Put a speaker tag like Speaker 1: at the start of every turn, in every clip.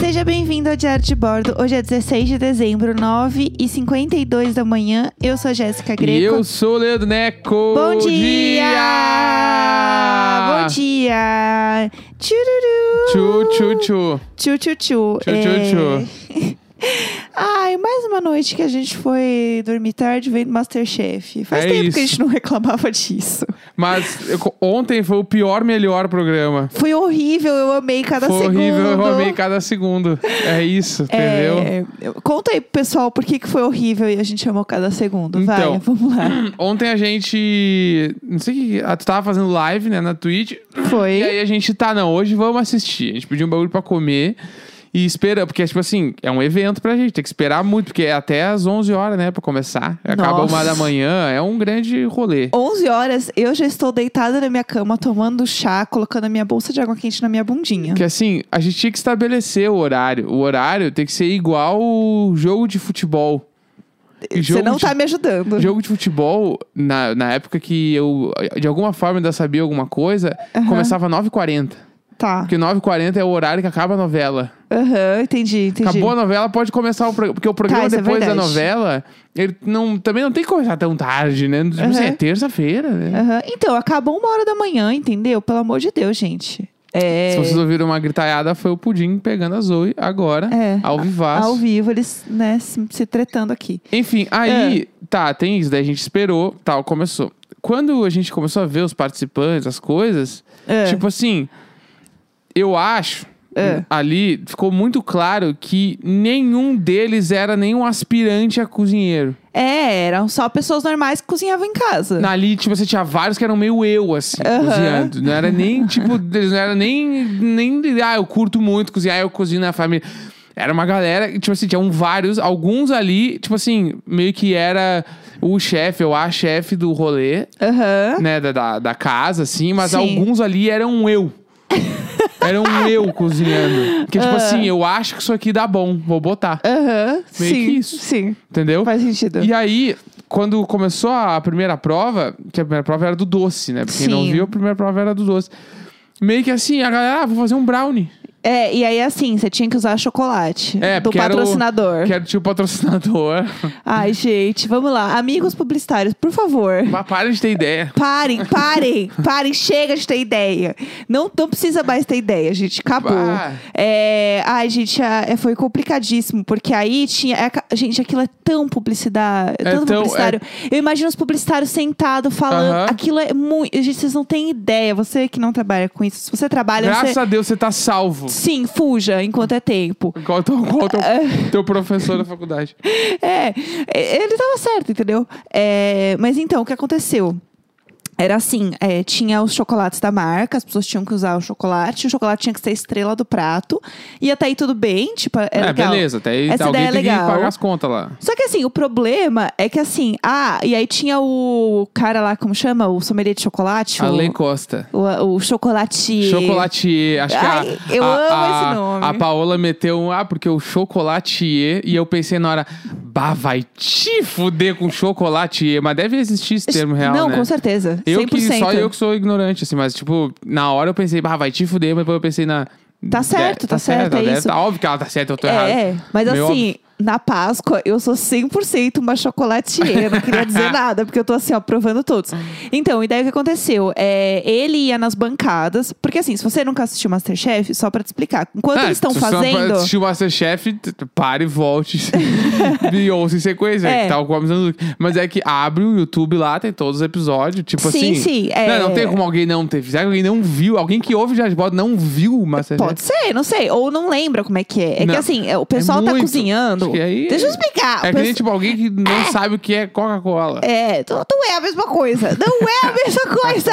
Speaker 1: Seja bem-vindo ao Diário de Bordo. Hoje é 16 de dezembro, 9h52 da manhã. Eu sou a Jéssica Greco.
Speaker 2: E eu sou o Leandro Neco.
Speaker 1: Bom dia! Bom dia!
Speaker 2: Tchu,
Speaker 1: Tchururu!
Speaker 2: tchu, tchu.
Speaker 1: Tchu, tchu, tchu.
Speaker 2: Tchu,
Speaker 1: É.
Speaker 2: tchu,
Speaker 1: Ai, mais uma noite que a gente foi dormir tarde vendo Masterchef. Faz
Speaker 2: É
Speaker 1: tempo
Speaker 2: isso.
Speaker 1: que a gente não reclamava disso.
Speaker 2: Mas eu co- ontem foi o pior, melhor programa.
Speaker 1: Foi horrível, eu amei cada
Speaker 2: foi
Speaker 1: segundo.
Speaker 2: horrível, eu amei cada segundo. É isso, entendeu?
Speaker 1: É, conta aí, pro pessoal, por que, que foi horrível e a gente amou cada segundo. Vai,
Speaker 2: Então.
Speaker 1: vamos lá.
Speaker 2: Ontem a gente. Não sei o que. ah, Tu tava fazendo live, né, na Twitch. E
Speaker 1: Foi.
Speaker 2: aí a gente tá, não, hoje vamos assistir. A gente pediu um bagulho pra comer e espera, porque tipo assim, é um evento pra gente, tem que esperar muito, porque é até às 11 horas, né, pra começar. Acaba
Speaker 1: Nossa.
Speaker 2: uma da manhã, é um grande rolê.
Speaker 1: 11 horas, eu já estou deitada na minha cama, tomando chá, colocando a minha bolsa de água quente na minha bundinha.
Speaker 2: Que assim, a gente tinha que estabelecer o horário. O horário tem que ser igual o jogo de futebol. E
Speaker 1: Você
Speaker 2: jogo
Speaker 1: não
Speaker 2: de-
Speaker 1: tá me ajudando.
Speaker 2: Jogo de futebol, na, na época que eu, de alguma forma, ainda sabia alguma coisa, começava 9h40.
Speaker 1: Tá.
Speaker 2: Porque 9h40 é o horário que acaba a novela.
Speaker 1: Aham, entendi, entendi.
Speaker 2: Acabou a novela, pode começar o programa. Porque o programa
Speaker 1: isso é
Speaker 2: depois da
Speaker 1: verdade.
Speaker 2: novela, ele não, também não tem que começar tão tarde, né? Tipo assim,
Speaker 1: Aham.
Speaker 2: é terça-feira, né?
Speaker 1: Aham. Então, acabou uma hora da manhã, entendeu? Pelo amor de Deus, gente. É.
Speaker 2: Se vocês ouviram uma gritaiada, foi o Pudim pegando a Zoe agora,
Speaker 1: É.
Speaker 2: ao vivaço.
Speaker 1: Ao vivo, eles, né, se, se tretando aqui.
Speaker 2: Enfim,
Speaker 1: É.
Speaker 2: aí, tá, tem isso. Daí a gente esperou, tal, começou. Quando a gente começou a ver os participantes, as coisas,
Speaker 1: É.
Speaker 2: tipo assim, eu acho.
Speaker 1: É.
Speaker 2: Ali ficou muito claro que nenhum deles era nenhum aspirante a cozinheiro.
Speaker 1: É, eram só pessoas normais que cozinhavam em casa.
Speaker 2: Na- Ali, tipo, você tinha vários que eram meio eu, assim,
Speaker 1: Aham.
Speaker 2: cozinhando. Não era nem, tipo, eles não era nem, nem. Ah, eu curto muito cozinhar, eu cozinho na família. Era uma galera, que, tipo assim, tinham vários, alguns ali, tipo assim, meio que era o chefe ou a chefe do rolê,
Speaker 1: Aham.
Speaker 2: né, da, da, da casa, assim, mas
Speaker 1: Ah. Sim.
Speaker 2: alguns ali eram um eu. Era um eu cozinhando. Que, tipo assim, eu acho que isso aqui dá bom, vou botar.
Speaker 1: Aham. Sim.
Speaker 2: Meio que isso.
Speaker 1: Sim.
Speaker 2: Entendeu?
Speaker 1: Faz sentido.
Speaker 2: E aí, quando começou a primeira prova, que a primeira prova era do doce, né? Pra quem não
Speaker 1: Sim.
Speaker 2: viu, a primeira prova era do doce. Meio que assim, a galera, ah, vou fazer um brownie.
Speaker 1: É, e aí assim, você tinha que usar chocolate
Speaker 2: É,
Speaker 1: do
Speaker 2: porque era o- é-
Speaker 1: patrocinador.
Speaker 2: Quero tio patrocinador.
Speaker 1: Ai, gente, vamos lá. Amigos publicitários, por favor.
Speaker 2: Mas para de ter ideia.
Speaker 1: Parem, parem, parem, chega de ter ideia. Não, não precisa mais ter ideia, gente. Acabou.
Speaker 2: Bah.
Speaker 1: É, ai, gente, a- é, foi complicadíssimo, porque aí tinha. é ca- gente, aquilo é tão publicidade.
Speaker 2: É
Speaker 1: tanto
Speaker 2: tão-
Speaker 1: publicitário. Eu imagino os publicitários sentados falando.
Speaker 2: Aham.
Speaker 1: Aquilo é muito. Gente, vocês não têm ideia. Você que não trabalha com isso. Se você trabalha,
Speaker 2: Graças
Speaker 1: você.
Speaker 2: a Deus você tá salvo.
Speaker 1: Sim, fuja enquanto é tempo.
Speaker 2: Igual teu, igual teu, teu professor da faculdade.
Speaker 1: É, é, ele tava certo, entendeu? É, mas então, o que aconteceu? Era assim, é, tinha os chocolates da marca, as pessoas tinham que usar o chocolate, o chocolate tinha que ser a estrela do prato. E até aí tudo bem, tipo, é,
Speaker 2: é,
Speaker 1: legal.
Speaker 2: beleza. Até aí,
Speaker 1: Essa
Speaker 2: alguém
Speaker 1: ideia é
Speaker 2: tem
Speaker 1: legal.
Speaker 2: que pagar as contas lá.
Speaker 1: Só que assim, o problema é que assim, ah, e aí tinha o cara lá, como chama? O sommelier de chocolate? o-
Speaker 2: Além Costa.
Speaker 1: O, o chocolatier.
Speaker 2: Chocolatier, acho
Speaker 1: Ai,
Speaker 2: que a,
Speaker 1: eu
Speaker 2: a-
Speaker 1: amo
Speaker 2: a-
Speaker 1: esse nome.
Speaker 2: A Paola meteu um, ah, porque o chocolatier, e eu pensei na hora, bah, vai te fuder com chocolatier, mas deve existir esse termo real,
Speaker 1: Não,
Speaker 2: né?
Speaker 1: com certeza.
Speaker 2: Eu
Speaker 1: 100%.
Speaker 2: que, só eu que sou ignorante, assim, mas tipo, na hora eu pensei, bah, vai te fuder, mas depois eu pensei na...
Speaker 1: Tá certo,
Speaker 2: de-
Speaker 1: tá certo,
Speaker 2: ela
Speaker 1: é
Speaker 2: deve
Speaker 1: isso.
Speaker 2: tá- óbvio que ela tá certa, eu tô errado.
Speaker 1: É, mas
Speaker 2: Meio
Speaker 1: assim, na Páscoa eu sou 100% uma chocolatier. Eu não queria dizer nada, porque eu tô assim, ó, provando todos. Então, e daí o que aconteceu? É, ele ia nas bancadas, porque assim, se você nunca assistiu Masterchef, só pra te explicar, enquanto
Speaker 2: É,
Speaker 1: eles estão
Speaker 2: se você não
Speaker 1: fazendo.
Speaker 2: assistiu o Masterchef, t- t- pare e volte. e ouça em sequência.
Speaker 1: É.
Speaker 2: que tá Tal como Mas é que abre o YouTube lá, tem todos os episódios. Tipo
Speaker 1: Sim,
Speaker 2: assim.
Speaker 1: sim, é.
Speaker 2: Não, não tem como alguém não ter. Se alguém não viu, alguém que ouve o Jazz Bot não viu o Masterchef.
Speaker 1: Pode ser, não sei. Ou não lembra como é que é. É
Speaker 2: Não.
Speaker 1: que assim, é, o pessoal tá
Speaker 2: muito.
Speaker 1: cozinhando.
Speaker 2: Acho que aí-
Speaker 1: Deixa eu explicar.
Speaker 2: É
Speaker 1: Ah, o
Speaker 2: que
Speaker 1: pessoal-
Speaker 2: nem tipo alguém que não sabe o que é Coca-Cola.
Speaker 1: É, tu- não é a mesma coisa. Não é a mesma coisa!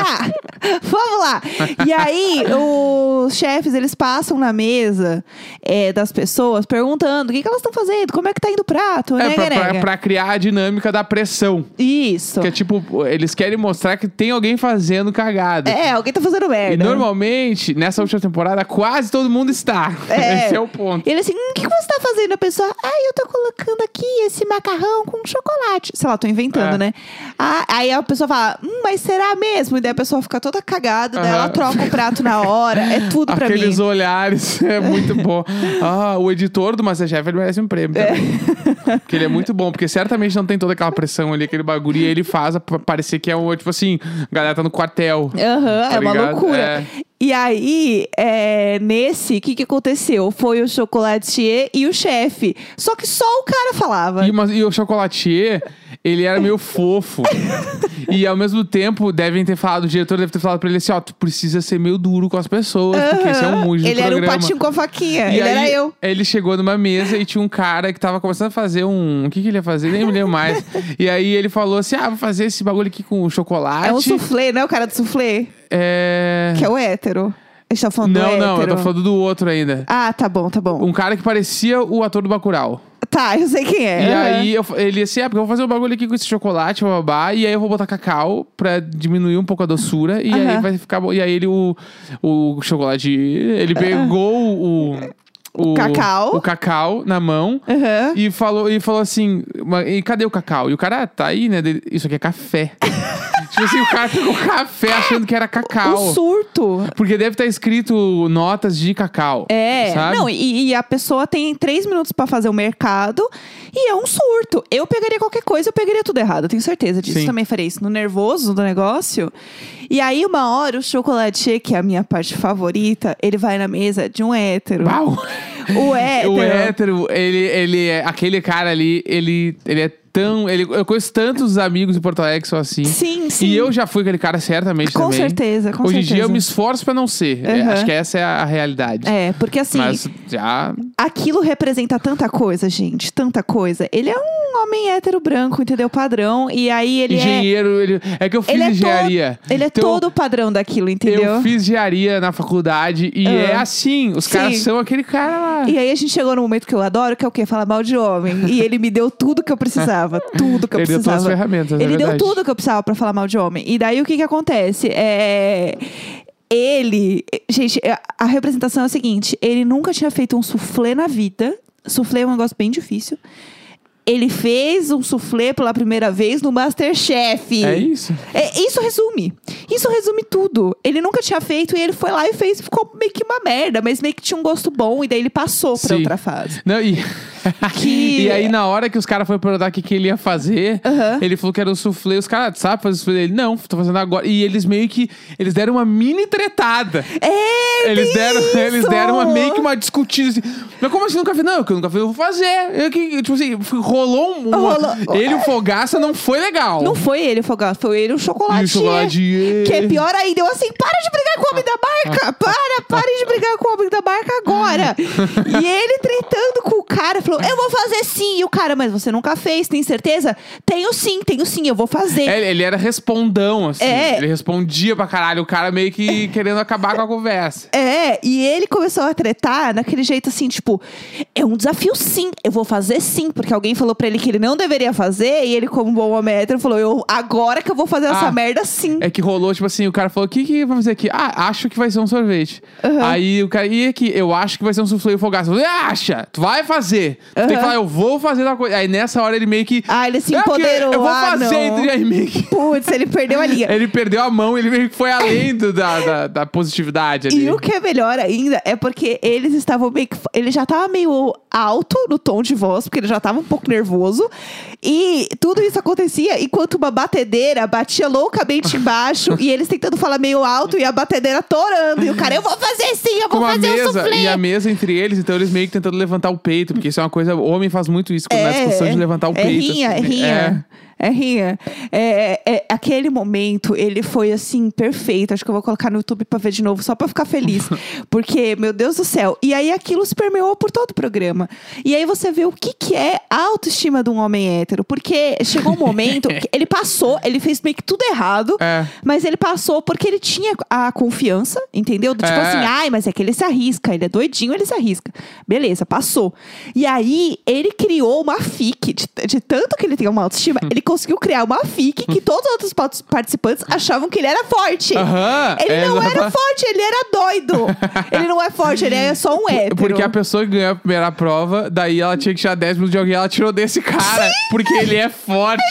Speaker 1: Vamos lá! E aí, os chefes, eles passam na mesa é, das pessoas perguntando o que, que elas estão fazendo, como é que tá indo o prato, né,
Speaker 2: pra, pra-
Speaker 1: nega?
Speaker 2: pra criar a dinâmica da pressão.
Speaker 1: Isso.
Speaker 2: Que é tipo, eles querem mostrar que tem alguém fazendo cagada.
Speaker 1: É, alguém tá fazendo
Speaker 2: E
Speaker 1: merda.
Speaker 2: normalmente, nessa última temporada, quase todo mundo está.
Speaker 1: É.
Speaker 2: Esse é o ponto.
Speaker 1: Ele assim, "Hum, o que, que você tá fazendo? A pessoa, ah, ai, eu tô colocando aqui esse macarrão com chocolate. Sei lá, tô inventando,
Speaker 2: É.
Speaker 1: né? Ah, aí a pessoa fala, hum, mas será mesmo? E daí a pessoa fica toda cagada, daí ela
Speaker 2: Aham.
Speaker 1: troca o prato na hora. É tudo pra
Speaker 2: Aqueles
Speaker 1: mim.
Speaker 2: olhares, é muito bom. Ah, o editor do Masterchef, ele merece um prêmio
Speaker 1: É.
Speaker 2: também. Porque ele é muito bom, porque certamente não tem toda aquela pressão ali, aquele bagulho, e ele faz a- parecer que é um, tipo assim, a galera tá no quartel.
Speaker 1: Aham,
Speaker 2: Tá
Speaker 1: é uma
Speaker 2: ligado?
Speaker 1: loucura.
Speaker 2: É.
Speaker 1: E aí, é, nesse, o que, que aconteceu? Foi o chocolatier e o chefe. Só que só o cara falava.
Speaker 2: E, mas- e o chocolatier, ele era meio fofo. E ao mesmo tempo, devem ter falado, o diretor deve ter falado pra ele assim: ó, tu precisa ser meio duro com as pessoas, porque esse é um
Speaker 1: Aham.
Speaker 2: monge do
Speaker 1: Ele era o
Speaker 2: programa.
Speaker 1: patinho com a faquinha. É,
Speaker 2: E
Speaker 1: Ele
Speaker 2: aí,
Speaker 1: era eu.
Speaker 2: Ele chegou numa mesa e tinha um cara que tava começando a fazer um. O que, que ele ia fazer? Nem me lembro mais. e aí ele falou assim: ah, vou fazer esse bagulho aqui com chocolate.
Speaker 1: É um soufflé, não é o cara do soufflé?
Speaker 2: É...
Speaker 1: Que é o hétero. A gente tá falando do
Speaker 2: Não, não, eu
Speaker 1: hétero.
Speaker 2: tô falando do outro ainda.
Speaker 1: Ah, tá bom, tá bom.
Speaker 2: Um cara que parecia o ator do Bacurau.
Speaker 1: Tá, eu sei quem é.
Speaker 2: E
Speaker 1: Aham.
Speaker 2: aí eu, ele assim, ah, porque eu vou fazer um bagulho aqui com esse chocolate, babá, e aí eu vou botar cacau pra diminuir um pouco a doçura, e aí
Speaker 1: Aham.
Speaker 2: vai ficar bom. E aí ele, o, o chocolate, ele pegou o, o...
Speaker 1: Ah. Cacau.
Speaker 2: O cacau na mão.
Speaker 1: Aham.
Speaker 2: E falou, e falou assim, "Ma- e cadê o cacau? E o cara, ah, tá aí, né? dele, Isso aqui é café. tipo assim, o cara pegou café achando que era cacau.
Speaker 1: Um surto.
Speaker 2: Porque deve estar escrito notas de cacau.
Speaker 1: É,
Speaker 2: sabe?
Speaker 1: não, e, e a pessoa tem três minutos pra fazer o mercado e é um surto. Eu pegaria qualquer coisa, eu pegaria tudo errado, eu tenho certeza disso.
Speaker 2: Sim.
Speaker 1: Também faria isso no nervoso do negócio. E aí, uma hora, o chocolatier, que é a minha parte favorita, ele vai na mesa de um hétero.
Speaker 2: Uau!
Speaker 1: O hétero.
Speaker 2: O hétero, ele, ele é. Aquele cara ali, ele, ele é tão. Ele, eu conheço tantos amigos de Porto Alegre que são assim.
Speaker 1: Sim, sim.
Speaker 2: E eu já fui aquele cara certamente
Speaker 1: Com
Speaker 2: também.
Speaker 1: certeza, com
Speaker 2: Hoje em dia
Speaker 1: certeza.
Speaker 2: eu me esforço pra não ser. É,
Speaker 1: Aham.
Speaker 2: acho que essa é a realidade.
Speaker 1: É, porque assim,
Speaker 2: Mas já.
Speaker 1: aquilo representa tanta coisa, gente, tanta coisa. Ele é um homem hétero branco, entendeu? Padrão. E aí ele é.
Speaker 2: engenheiro, ele. É que eu fiz
Speaker 1: Ele é,
Speaker 2: engenharia.
Speaker 1: todo, ele é
Speaker 2: Então,
Speaker 1: todo o padrão daquilo, entendeu?
Speaker 2: Eu fiz engenharia na faculdade e
Speaker 1: Ah.
Speaker 2: é assim. Os caras
Speaker 1: Sim.
Speaker 2: são aquele cara lá.
Speaker 1: E aí a gente chegou no momento que eu adoro, que é o quê? Falar mal de homem. E ele me deu tudo que eu precisava. Tudo que eu
Speaker 2: Ele deu todas
Speaker 1: precisava.
Speaker 2: as ferramentas, é
Speaker 1: Ele deu
Speaker 2: verdade.
Speaker 1: tudo que eu precisava pra falar mal de homem. E daí o que que acontece? É... Ele... Gente, a representação é a seguinte. Ele nunca tinha feito um soufflé na vida. Soufflé é um negócio bem difícil. Ele fez um soufflé pela primeira vez no Masterchef.
Speaker 2: É isso.
Speaker 1: É, isso resume. Isso resume tudo. Ele nunca tinha feito e ele foi lá e fez. Ficou meio que uma merda, mas meio que tinha um gosto bom. E daí ele passou pra
Speaker 2: Sim.
Speaker 1: outra fase.
Speaker 2: Não, e...
Speaker 1: Que-
Speaker 2: e aí, na hora que os caras foram perguntar o que, que ele ia fazer,
Speaker 1: Aham.
Speaker 2: ele falou que era um soufflé. Os caras, sabe fazer soufflé? Ele, não, tô fazendo agora. E eles meio que... Eles deram uma mini tretada.
Speaker 1: É,
Speaker 2: Eles
Speaker 1: tem
Speaker 2: deram,
Speaker 1: isso!
Speaker 2: eles deram uma, meio que uma discutida assim. Mas como assim nunca fez? Não, que eu nunca fiz, eu vou fazer. Eu que- tipo assim, f- rolou um. uma-
Speaker 1: Rolou-
Speaker 2: Ele, o Fogaça, não foi legal.
Speaker 1: Não foi ele o Fogaça, foi ele o chocolate.
Speaker 2: E o Chocolatier.
Speaker 1: Que é pior ainda. Eu assim, para de brigar com o homem da marca! Para, para de brigar com o homem da marca agora! e ele tretando com o cara, falou, eu vou fazer sim. E o cara, mas você nunca fez, tem certeza? Tenho sim, tenho sim, eu vou fazer.
Speaker 2: É, ele era respondão, assim.
Speaker 1: É.
Speaker 2: Ele respondia pra caralho. O cara meio que querendo acabar com a conversa.
Speaker 1: É, e ele começou a tretar naquele jeito assim, tipo, é um desafio sim, eu vou fazer sim, porque alguém falou pra ele que ele não deveria fazer, e ele, como um bom homem hétero, falou, eu agora que eu vou fazer essa
Speaker 2: Ah,
Speaker 1: merda sim.
Speaker 2: É que rolou, tipo assim, o cara falou: o que, que vai fazer aqui? Ah, acho que vai ser um sorvete. Aí o cara, e aqui? Eu acho que vai ser um soufflé e fogaço. Eu falei, acha! Tu vai fazer! Tu tem que
Speaker 1: Aham.
Speaker 2: falar, eu vou fazer tal coisa. Aí nessa hora ele meio que.
Speaker 1: Ah, ele se
Speaker 2: "É, porque
Speaker 1: empoderou.
Speaker 2: Eu vou
Speaker 1: Ah,
Speaker 2: fazer,
Speaker 1: não.
Speaker 2: e aí meio que.
Speaker 1: Putz, ele perdeu a linha.
Speaker 2: Ele perdeu a mão, ele meio que foi além do- da, da, da positividade ali.
Speaker 1: E o que é melhor ainda é porque eles estavam meio que. Ele já tava meio alto no tom de voz, porque ele já tava um pouco nervoso. E tudo isso acontecia enquanto uma batedeira batia loucamente embaixo e eles tentando falar meio alto e a batedeira torando. E o cara, eu vou fazer sim, eu vou
Speaker 2: Como a
Speaker 1: fazer o
Speaker 2: mesa,
Speaker 1: suflê.
Speaker 2: e a mesa entre eles, então eles meio que tentando levantar o peito, porque isso é uma coisa. O homem faz muito isso, quando na discussão de levantar o
Speaker 1: é
Speaker 2: peito.
Speaker 1: Rinha, é
Speaker 2: assim, né?
Speaker 1: rinha, é rinha. É, é, é, aquele momento, ele foi assim, perfeito. Acho que eu vou colocar no YouTube pra ver de novo, só pra ficar feliz. Porque, meu Deus do céu. E aí aquilo se permeou por todo o programa. E aí você vê o que, que é a autoestima de um homem hétero. Porque chegou um momento que ele passou, ele fez meio que tudo errado.
Speaker 2: É.
Speaker 1: Mas ele passou porque ele tinha a confiança, entendeu? Do Tipo
Speaker 2: É.
Speaker 1: assim, ai, mas é que ele se arrisca, ele é doidinho, ele se arrisca. Beleza, passou. E aí, ele criou uma fic de, de tanto que ele tem uma autoestima, ele conseguiu criar uma FIC que todos os outros pat- participantes achavam que ele era forte.
Speaker 2: Aham,
Speaker 1: Ele
Speaker 2: é,
Speaker 1: não era
Speaker 2: exatamente.
Speaker 1: forte, ele era doido. ele não é forte, ele é só um hétero.
Speaker 2: Porque a pessoa que ganhou a primeira prova, daí ela tinha que tirar 10 minutos de alguém, ela tirou desse cara, porque ele é forte.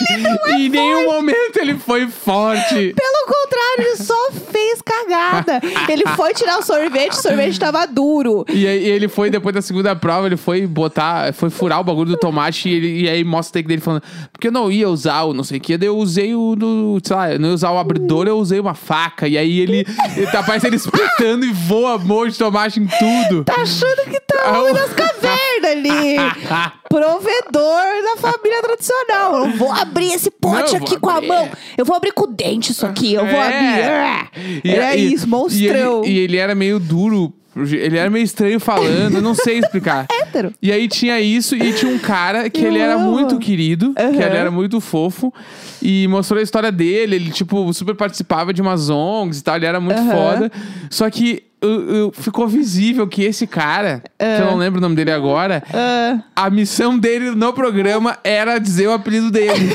Speaker 1: é
Speaker 2: e em nenhum momento ele foi forte.
Speaker 1: Pelo contrário, ele só fez cagada. Ele foi tirar o sorvete, o sorvete tava duro.
Speaker 2: E aí ele foi, depois da segunda prova, ele foi botar, foi furar o bagulho do tomate e, ele- e aí mostra o take dele falando, porque eu não ia usar o não sei o que, daí eu usei o do, sei lá, eu não ia usar o abridor, eu usei uma faca. E aí ele, ele tá, parece ele espetando e voa monte de tomate em tudo.
Speaker 1: Tá achando que tá
Speaker 2: Ah,
Speaker 1: homem
Speaker 2: o-
Speaker 1: das cavernas ali. Provedor da família tradicional. Eu vou abrir esse pote
Speaker 2: Não, eu vou
Speaker 1: aqui com
Speaker 2: abrir. É.
Speaker 1: a mão. Eu vou abrir com o dente isso aqui. Eu vou abrir.
Speaker 2: E-
Speaker 1: Era
Speaker 2: e-
Speaker 1: isso, monstrão.
Speaker 2: E ele, e ele era meio duro, ele era meio estranho falando, eu não sei explicar.
Speaker 1: Hétero.
Speaker 2: E aí tinha isso, e tinha um cara que
Speaker 1: Eu
Speaker 2: ele era
Speaker 1: amo.
Speaker 2: muito querido,
Speaker 1: Aham.
Speaker 2: que ele era muito fofo, e mostrou a história dele, ele, tipo, super participava de umas ONGs e tal, ele era muito
Speaker 1: Aham.
Speaker 2: foda. Só que eu- eu- ficou visível que esse cara, que eu não lembro o nome dele agora,
Speaker 1: Ah,
Speaker 2: a missão dele no programa era dizer o apelido dele.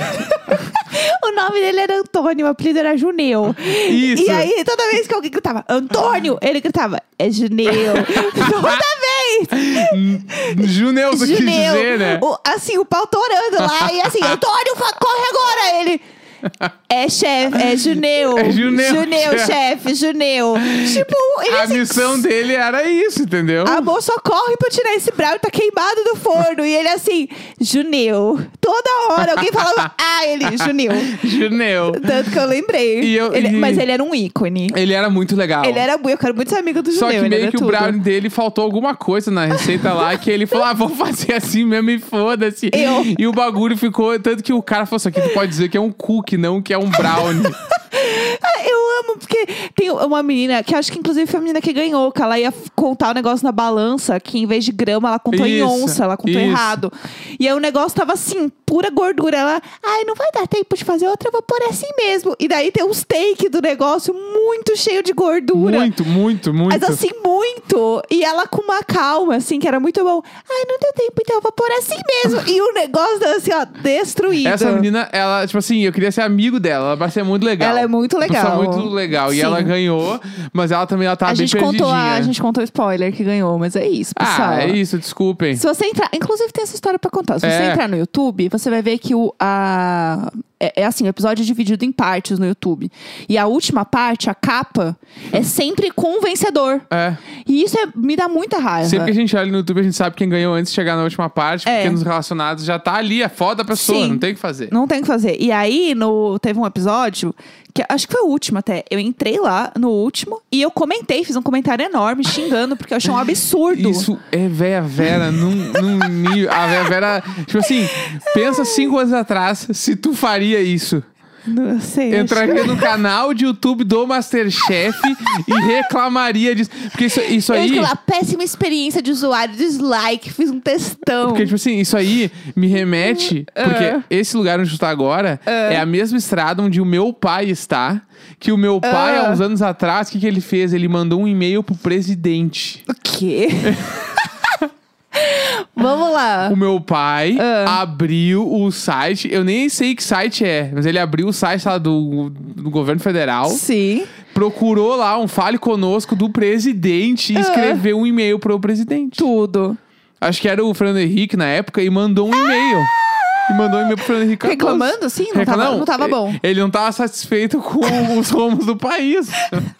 Speaker 1: o nome dele era Antônio, o apelido era Juneu.
Speaker 2: Isso.
Speaker 1: E aí, toda vez que alguém gritava Antônio, ele gritava, é Juneu. toda vez!
Speaker 2: Juneu, você quis
Speaker 1: Juneu.
Speaker 2: dizer, né?
Speaker 1: O- assim, o pau torando lá. e assim, Antônio, fa- corre agora! Ele. É chefe, é Juneu.
Speaker 2: É Juneu, chefe.
Speaker 1: chefe, Juneu. Tipo, ele
Speaker 2: A
Speaker 1: assim,
Speaker 2: missão dele era isso, entendeu?
Speaker 1: A moça corre pra tirar esse brownie, tá queimado do forno. E ele assim, Juneu. Toda hora alguém falava, ah, ele, Juneu.
Speaker 2: Juneu.
Speaker 1: Tanto que eu lembrei.
Speaker 2: E eu-
Speaker 1: Ele-
Speaker 2: e-
Speaker 1: Mas ele era um ícone.
Speaker 2: Ele era muito legal.
Speaker 1: Ele era muito, eu quero muito ser amigo do
Speaker 2: Só
Speaker 1: Juneu.
Speaker 2: que
Speaker 1: ele
Speaker 2: meio
Speaker 1: era
Speaker 2: que o
Speaker 1: tudo.
Speaker 2: brownie dele faltou alguma coisa na receita lá que ele falou: ah, vou fazer assim mesmo e foda-se.
Speaker 1: Eu.
Speaker 2: E o bagulho ficou. Tanto que o cara falou: isso aqui tu pode dizer que é um cookie, não que é um brownie.
Speaker 1: Ah, Eu amo, porque tem uma menina, que acho que inclusive foi a menina que ganhou, que ela ia f- contar o negócio na balança, que em vez de grama, ela contou em
Speaker 2: Isso,
Speaker 1: onça, ela contou
Speaker 2: isso.
Speaker 1: errado. E aí o negócio tava assim, pura gordura. Ela, ai, não vai dar tempo de fazer outra, eu vou pôr assim mesmo. E daí tem um steak do negócio muito cheio de gordura.
Speaker 2: muito, muito, muito.
Speaker 1: Mas assim, muito. E ela com uma calma, assim, que era muito bom. Ai, não deu tempo, então eu vou pôr assim mesmo. E o negócio tava assim, ó, destruído.
Speaker 2: Essa menina, ela, tipo assim, eu queria ser amigo dela. Ela parece ser muito legal.
Speaker 1: Ela é muito
Speaker 2: Uma pessoa
Speaker 1: legal.
Speaker 2: muito legal. E
Speaker 1: Sim.
Speaker 2: ela ganhou, mas ela também ela tava
Speaker 1: a
Speaker 2: tá bem
Speaker 1: gente
Speaker 2: perdidinha.
Speaker 1: contou a, a gente contou o spoiler que ganhou, mas é isso, pessoal.
Speaker 2: ah, é isso, desculpem.
Speaker 1: Se você entrar, inclusive tem essa história pra contar. Se você
Speaker 2: É.
Speaker 1: entrar no YouTube, você vai ver que o a é, é assim, o episódio é dividido em partes no YouTube. E a última parte, a capa, é sempre com o vencedor.
Speaker 2: É.
Speaker 1: E isso é- me dá muita raiva.
Speaker 2: Sempre que a gente olha no YouTube, a gente sabe quem ganhou antes de chegar na última parte,
Speaker 1: É.
Speaker 2: porque nos relacionados já tá ali, é foda a pessoa,
Speaker 1: Sim.
Speaker 2: não tem o que fazer.
Speaker 1: Não tem o que fazer. E aí, no, teve um episódio, que acho que foi o último até. Eu entrei lá no último e eu comentei, fiz um comentário enorme, xingando, porque eu achei um absurdo.
Speaker 2: Isso é véia Vera num, num nível. A véia Vera. Tipo assim, pensa cinco anos atrás se tu faria isso.
Speaker 1: Não sei. acho-
Speaker 2: Entraria no canal de YouTube do Masterchef e reclamaria disso. Porque isso, isso
Speaker 1: Eu
Speaker 2: aí.
Speaker 1: escrevi lá, péssima experiência de usuário, dislike, fiz um textão.
Speaker 2: Porque, tipo assim, isso aí me remete. Porque esse lugar onde tu tá agora é a mesma estrada onde o meu pai está. Que o meu pai,
Speaker 1: Ah.
Speaker 2: há uns anos atrás, o que, que ele fez? Ele mandou um e-mail pro presidente.
Speaker 1: O quê? Vamos lá.
Speaker 2: O meu pai abriu o site, eu nem sei que site é, mas ele abriu o site lá do, do governo federal,
Speaker 1: Sim.
Speaker 2: procurou lá um fale conosco do presidente e escreveu um e-mail pro presidente.
Speaker 1: Ah. Tudo.
Speaker 2: Acho que era o Fernando Henrique na época e mandou um e-mail. E mandou um e-mail pro Fernando Henrique. Cardoso.
Speaker 1: Reclamando, sim? Não tava- não tava bom.
Speaker 2: Ele não tava satisfeito com os rumos do país.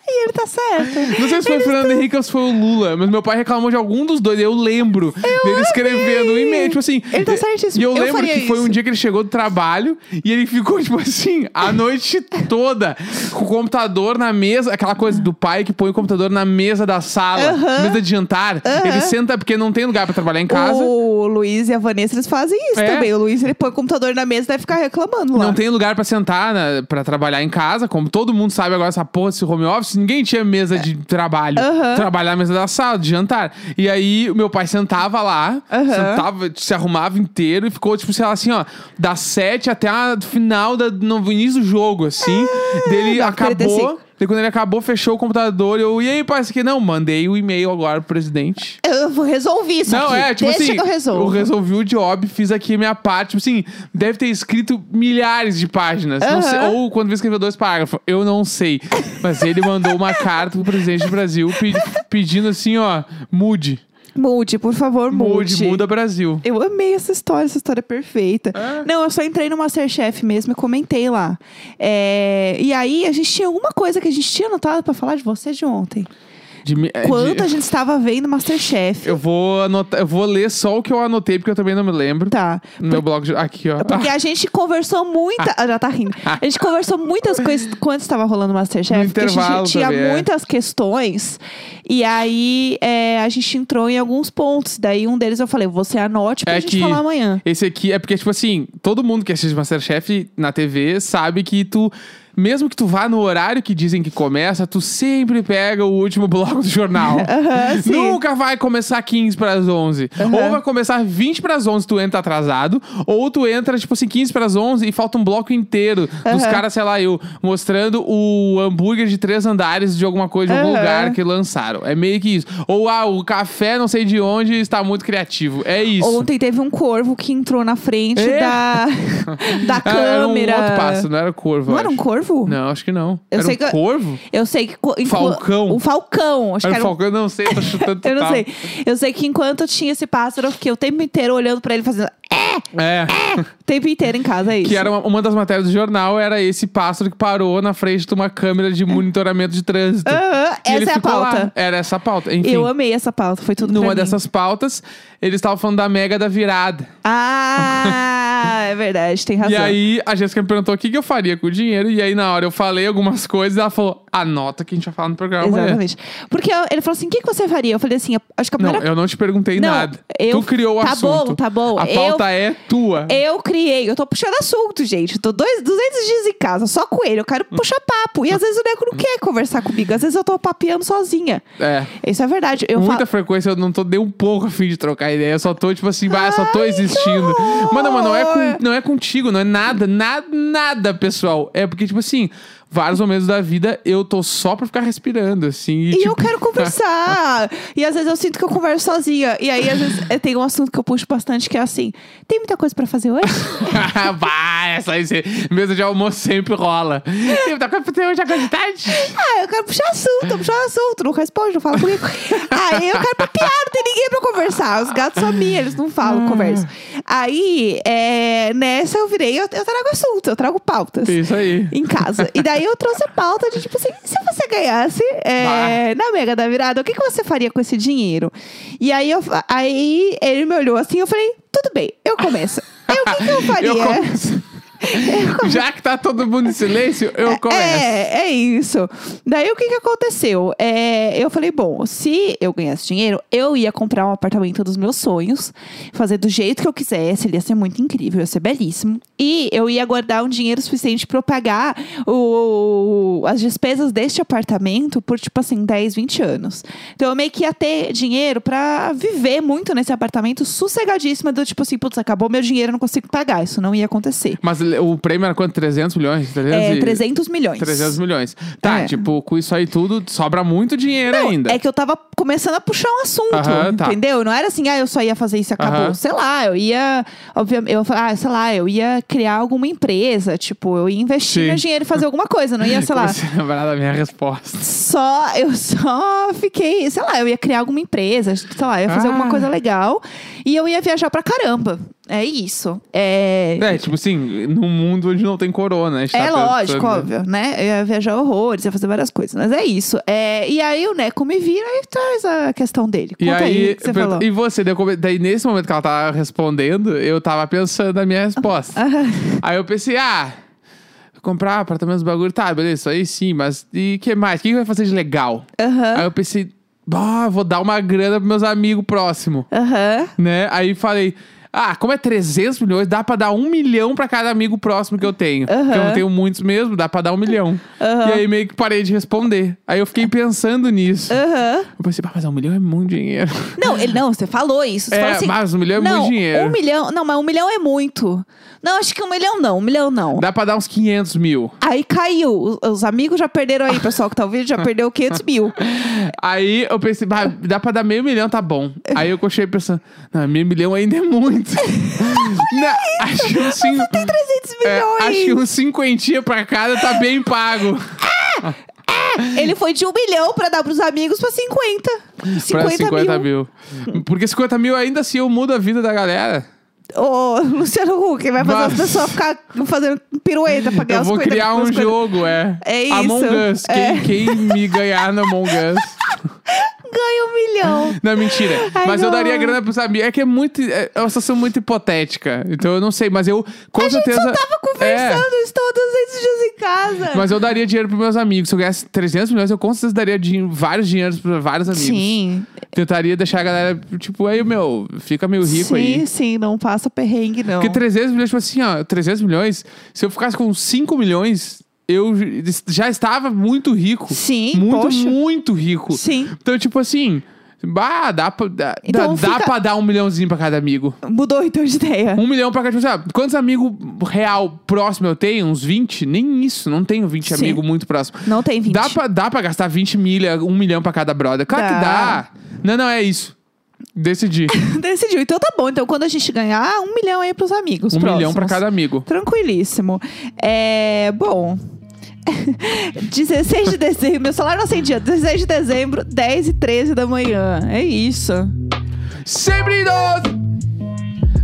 Speaker 1: E ele tá certo.
Speaker 2: Não sei se foi o Fernando Henrique ou se foi o Lula, mas meu pai reclamou de algum dos dois. Eu lembro dele escrevendo um e-mail. Tipo assim.
Speaker 1: Ele tá
Speaker 2: eh,
Speaker 1: certíssimo.
Speaker 2: E eu,
Speaker 1: Eu
Speaker 2: lembro que
Speaker 1: faria
Speaker 2: foi
Speaker 1: isso.
Speaker 2: um dia que ele chegou do trabalho e ele ficou, tipo assim, a noite toda com o computador na mesa. Aquela coisa do pai que põe o computador na mesa da sala,
Speaker 1: Aham.
Speaker 2: mesa de jantar. Ele senta porque não tem lugar pra trabalhar em casa.
Speaker 1: O Luiz e a Vanessa, eles fazem isso
Speaker 2: É.
Speaker 1: também. O Luiz, ele põe o computador na mesa e vai ficar reclamando lá.
Speaker 2: Não tem lugar pra sentar, na, pra trabalhar em casa. Como todo mundo sabe agora, essa porra, esse home office, ninguém tinha mesa de trabalho.
Speaker 1: Aham.
Speaker 2: Trabalhar na mesa da sala, de jantar. E aí, o meu pai sentava lá,
Speaker 1: Aham.
Speaker 2: sentava, se arrumava inteiro e ficou, tipo, sei lá, assim, ó, das sete até a final, da, no início do jogo, assim. dele
Speaker 1: dá pra
Speaker 2: acabou.
Speaker 1: perder, assim.
Speaker 2: Daí quando ele acabou, fechou o computador. Eu, e aí, pai, isso aqui? Não, mandei o e-mail agora pro presidente.
Speaker 1: Eu vou resolver isso
Speaker 2: Não,
Speaker 1: aqui.
Speaker 2: é, tipo
Speaker 1: Deixa
Speaker 2: assim,
Speaker 1: que eu resolvo.
Speaker 2: resolvi o job, fiz aqui a minha parte. Tipo assim, deve ter escrito milhares de páginas. Não
Speaker 1: Aham.
Speaker 2: sei- ou quando ele escreveu dois parágrafos, eu não sei. Mas ele mandou uma carta pro presidente do Brasil pe- pedindo assim, ó, mude.
Speaker 1: Mude, por favor, mude.
Speaker 2: Mude, muda Brasil.
Speaker 1: Eu amei essa história, essa história é perfeita.
Speaker 2: É?
Speaker 1: Não, eu só entrei no Masterchef mesmo e comentei lá. É, E aí, a gente tinha alguma coisa que a gente tinha anotado pra falar de você de ontem.
Speaker 2: De mi- é, de-
Speaker 1: Quanto a gente estava vendo Masterchef.
Speaker 2: Eu vou anotar, eu vou ler só o que eu anotei, porque eu também não me lembro.
Speaker 1: Tá.
Speaker 2: No meu bloco de. Aqui, ó.
Speaker 1: Porque a gente conversou muita. Ah, já tá rindo. A gente conversou muitas coisas quando estava rolando o Masterchef.
Speaker 2: No
Speaker 1: porque a
Speaker 2: intervalo
Speaker 1: gente tinha
Speaker 2: também, é.
Speaker 1: muitas questões. E aí é, a gente entrou em alguns pontos. Daí um deles eu falei, você anote pra
Speaker 2: É
Speaker 1: gente
Speaker 2: que-
Speaker 1: falar amanhã.
Speaker 2: Esse aqui é porque, tipo assim, todo mundo que assiste Masterchef na TV sabe que tu. Mesmo que tu vá no horário que dizem que começa, tu sempre pega o último bloco do jornal.
Speaker 1: Aham, sim.
Speaker 2: Nunca vai começar 15 para as 11.
Speaker 1: Aham.
Speaker 2: Ou vai começar 20 para as 11, tu entra atrasado. Ou tu entra, tipo assim, 15 para as 11 e falta um bloco inteiro dos
Speaker 1: Aham.
Speaker 2: caras, sei lá, eu, mostrando o hambúrguer de três andares de alguma coisa, de algum
Speaker 1: Aham.
Speaker 2: lugar que lançaram. É meio que isso. Ou, ah, o café não sei de onde está muito criativo. É isso.
Speaker 1: Ontem teve um corvo que entrou na frente
Speaker 2: É?
Speaker 1: da, da
Speaker 2: Ah,
Speaker 1: câmera.
Speaker 2: Era um outro pássaro, não era corvo.
Speaker 1: Não
Speaker 2: eu
Speaker 1: era um
Speaker 2: acho.
Speaker 1: corvo?
Speaker 2: Não, acho que não.
Speaker 1: Eu
Speaker 2: era
Speaker 1: sei
Speaker 2: um
Speaker 1: que eu-
Speaker 2: corvo?
Speaker 1: Eu sei que. co- enqu-
Speaker 2: Falcão.
Speaker 1: O Falcão. Acho
Speaker 2: Era
Speaker 1: que
Speaker 2: um
Speaker 1: era um
Speaker 2: falcão, eu não sei, tô chutando
Speaker 1: Eu não
Speaker 2: total.
Speaker 1: sei. Eu sei que enquanto eu tinha esse pássaro, eu fiquei o tempo inteiro olhando pra ele, fazendo. É!
Speaker 2: É,
Speaker 1: O tempo inteiro em casa, é isso.
Speaker 2: que era uma, uma das matérias do jornal, era esse pássaro que parou na frente de uma câmera de monitoramento de trânsito.
Speaker 1: Aham,
Speaker 2: E ele
Speaker 1: essa é a
Speaker 2: ficou lá.
Speaker 1: pauta.
Speaker 2: Era essa a pauta, enfim.
Speaker 1: Eu amei essa pauta, foi tudo pra
Speaker 2: Numa
Speaker 1: mim.
Speaker 2: dessas pautas, eles estavam falando da mega da virada.
Speaker 1: Ah, é verdade, tem razão.
Speaker 2: E aí, a Jéssica me perguntou o que, que eu faria com o dinheiro. E aí, na hora, eu falei algumas coisas e ela falou, anota que a gente vai falar no programa amanhã.
Speaker 1: Exatamente. Porque eu- ele falou assim: o que, que você faria? Eu falei assim: eu- acho que a
Speaker 2: Não,
Speaker 1: primeira.
Speaker 2: eu não te perguntei
Speaker 1: Não,
Speaker 2: nada.
Speaker 1: eu-
Speaker 2: Tu criou o
Speaker 1: tá bom,
Speaker 2: assunto.
Speaker 1: tá bom.
Speaker 2: A
Speaker 1: Eu-
Speaker 2: pauta é tua.
Speaker 1: Eu criei, eu tô puxando assunto, gente. Eu tô dois, 200 dias em casa, só com ele. Eu quero
Speaker 2: Hum.
Speaker 1: puxar papo. E às vezes o nego não quer conversar comigo. Às vezes eu tô papeando sozinha.
Speaker 2: É.
Speaker 1: Isso é verdade. Eu
Speaker 2: Muita
Speaker 1: falo...
Speaker 2: frequência, eu não tô nem um pouco a fim de trocar ideia. Eu só tô, tipo assim, bah, eu só tô
Speaker 1: Ai, que
Speaker 2: existindo. Mano, mas não é, com-
Speaker 1: horror.
Speaker 2: não é contigo, não é nada, nada, nada, pessoal. É porque, tipo assim, vários momentos da vida eu tô só pra ficar respirando, assim. E,
Speaker 1: E
Speaker 2: tipo,
Speaker 1: eu quero conversar. e às vezes eu sinto que eu converso sozinha. E aí, às vezes, eh, tem um assunto que eu puxo bastante que é assim: tem muita coisa pra fazer hoje?
Speaker 2: Vai, essa aí, você- mesa de almoço sempre rola. tá Tem muita coisa pra fazer hoje agora de tarde.
Speaker 1: Ah, eu quero puxar assunto, puxar assunto. Não responde, não fala comigo. Aí eu quero papiar, não tem ninguém pra conversar. Os gatos são minhas, eles não
Speaker 2: Hum.
Speaker 1: falam, conversam. Aí, é, nessa eu virei, eu, eu trago assunto, eu trago pautas.
Speaker 2: Isso aí.
Speaker 1: Em casa. E daí eu trouxe a pauta de tipo assim: se você ganhasse é, na Mega da Virada, o que, que você faria com esse dinheiro? E aí, eu, fa- aí ele me olhou assim, eu falei: tudo bem, eu começo. Eu, o que, que eu faria?
Speaker 2: Eu começo. Já que tá todo mundo em silêncio, eu começo.
Speaker 1: É, é isso. Daí o que, que aconteceu? É, eu falei, bom, se eu ganhasse dinheiro, eu ia comprar um apartamento dos meus sonhos, fazer do jeito que eu quisesse, ele ia ser muito incrível, ia ser belíssimo. E eu ia guardar um dinheiro suficiente pra eu pagar o, as despesas deste apartamento por, tipo assim, 10, 20 anos. Então eu meio que ia ter dinheiro pra viver muito nesse apartamento sossegadíssima, do tipo assim, putz, acabou meu dinheiro, eu não consigo pagar, isso não ia acontecer.
Speaker 2: Mas o prêmio era quanto? 300 milhões? 300
Speaker 1: É,
Speaker 2: e-
Speaker 1: 300 milhões.
Speaker 2: 300 milhões. Tá,
Speaker 1: É.
Speaker 2: tipo, com isso aí tudo, sobra muito dinheiro
Speaker 1: Não,
Speaker 2: ainda.
Speaker 1: É que eu tava começando a puxar um assunto,
Speaker 2: Aham, tá.
Speaker 1: entendeu? Não era assim, ah, eu só ia fazer isso e acabou.
Speaker 2: Aham.
Speaker 1: Sei lá, eu ia. Obviamente, eu falava, ah, sei lá, eu ia criar alguma empresa. Tipo, eu ia investir
Speaker 2: Sim.
Speaker 1: meu dinheiro e fazer alguma coisa. Não ia, sei lá.
Speaker 2: Comecei a lembrar da minha resposta.
Speaker 1: Só, eu só fiquei, sei lá, eu ia criar alguma empresa, sei lá, eu ia fazer
Speaker 2: Ah.
Speaker 1: alguma coisa legal e eu ia viajar pra caramba. É isso. É,
Speaker 2: É, tipo assim, num mundo onde não tem corona. a gente
Speaker 1: É
Speaker 2: tá pensando-
Speaker 1: lógico, óbvio, né? Eu ia viajar horrores, ia fazer várias coisas, mas é isso. É, e aí o Neco me vira e traz a questão dele.
Speaker 2: E
Speaker 1: Conta aí,
Speaker 2: aí,
Speaker 1: o que você
Speaker 2: pergunta-
Speaker 1: falou.
Speaker 2: e você, daí, eu come- daí nesse momento que ela tava respondendo, eu tava pensando na minha resposta.
Speaker 1: Ah,
Speaker 2: aí eu pensei, ah, comprar apartamentos, bagulho, tá, beleza, isso aí sim, mas e que mais? O que que vai fazer de legal?
Speaker 1: Aham,
Speaker 2: Aí eu pensei, bah, vou dar uma grana pros meus amigos próximos.
Speaker 1: aham.
Speaker 2: né? Aí falei, ah, Ah, como é 300 milhões, dá pra dar um milhão pra cada amigo próximo que eu tenho.
Speaker 1: Aham.
Speaker 2: Porque eu não tenho muitos mesmo, dá pra dar um milhão.
Speaker 1: Aham.
Speaker 2: E aí meio que parei de responder. Aí eu fiquei pensando nisso.
Speaker 1: Aham.
Speaker 2: Eu pensei, "Bah, mas um milhão é muito dinheiro.
Speaker 1: Não, ele, não, você falou isso. Você
Speaker 2: É,
Speaker 1: falou assim,
Speaker 2: mas um milhão é
Speaker 1: não,
Speaker 2: muito dinheiro.
Speaker 1: Um milhão, não, mas um milhão é muito. Não, acho que um milhão não, um milhão não.
Speaker 2: Dá pra dar uns 500 mil.
Speaker 1: Aí caiu. Os, os amigos já perderam aí, pessoal que tá ouvindo, já perdeu 500 mil.
Speaker 2: Aí eu pensei, "Bah, dá pra dar meio milhão, tá bom. Aí eu continuei pensando, não, meio milhão ainda é muito. não, acho que uns cinco-
Speaker 1: Tem 300
Speaker 2: é,
Speaker 1: milhões.
Speaker 2: acho que uns cinquentinha pra cada tá bem pago.
Speaker 1: Ele foi de um milhão pra dar pros amigos pra 50. 50,
Speaker 2: pra 50
Speaker 1: mil.
Speaker 2: mil. Porque 50 mil ainda assim eu mudo a vida da galera.
Speaker 1: Ô, Luciano Huck, vai fazer
Speaker 2: Vai.
Speaker 1: as pessoas ficar fazendo pirueta pra ganhar
Speaker 2: Eu
Speaker 1: os
Speaker 2: vou
Speaker 1: 50
Speaker 2: criar um
Speaker 1: os 50.
Speaker 2: jogo, é.
Speaker 1: É isso,
Speaker 2: Among Us.
Speaker 1: é.
Speaker 2: Quem, quem me ganhar no Among Us.
Speaker 1: Ganha um milhão.
Speaker 2: Não, mentira.
Speaker 1: Ai,
Speaker 2: mas
Speaker 1: não.
Speaker 2: eu daria grana pros amigos. É que é muito. É é uma situação muito hipotética. Então eu não sei, mas eu com
Speaker 1: A gente
Speaker 2: certeza.
Speaker 1: só tava
Speaker 2: É.
Speaker 1: conversando, estou 200 dias em casa.
Speaker 2: Mas eu daria dinheiro pros meus amigos. Se eu ganhasse 300 milhões, eu com certeza daria dinhe- vários dinheiros pra vários amigos.
Speaker 1: Sim,
Speaker 2: Tentaria deixar a galera, tipo, aí, meu, fica meio rico
Speaker 1: sim,
Speaker 2: aí.
Speaker 1: sim, não passa perrengue, não.
Speaker 2: Porque 300 milhões, tipo assim, ó, 300 milhões, se eu ficasse com 5 milhões, eu já estava muito rico.
Speaker 1: Sim,
Speaker 2: Muito,
Speaker 1: poxa.
Speaker 2: muito rico.
Speaker 1: Sim,
Speaker 2: Então, tipo assim, bah, dá pra, dá,
Speaker 1: Então
Speaker 2: dá, dá
Speaker 1: fica-
Speaker 2: pra dar um milhãozinho pra cada amigo.
Speaker 1: mudou então de ideia.
Speaker 2: Um milhão pra cada. Tipo assim, ah, quantos amigos real próximo eu tenho? Uns 20? Nem isso, não tenho 20
Speaker 1: Sim.
Speaker 2: amigos muito próximos.
Speaker 1: Não tem 20.
Speaker 2: Dá pra, dá pra gastar 20 milha, um milhão pra cada brother. Claro que
Speaker 1: Dá.
Speaker 2: dá. Não, não, é isso. Decidi.
Speaker 1: Decidiu. Então tá bom. Então quando a gente ganhar, um milhão aí pros amigos.
Speaker 2: um
Speaker 1: próximos.
Speaker 2: milhão pra cada amigo.
Speaker 1: Tranquilíssimo. É, bom. 16 de dezembro, meu salário não acendia. 16 de dezembro, 10 e 13 da manhã. É isso.
Speaker 2: Sempre nós!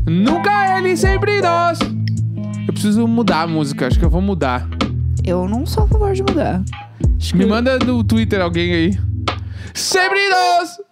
Speaker 2: Nunca ele, sempre nós! Eu preciso mudar a música, acho que eu vou mudar.
Speaker 1: Eu não sou a favor de mudar. Acho que-
Speaker 2: Me manda no Twitter alguém aí. Sempre nós!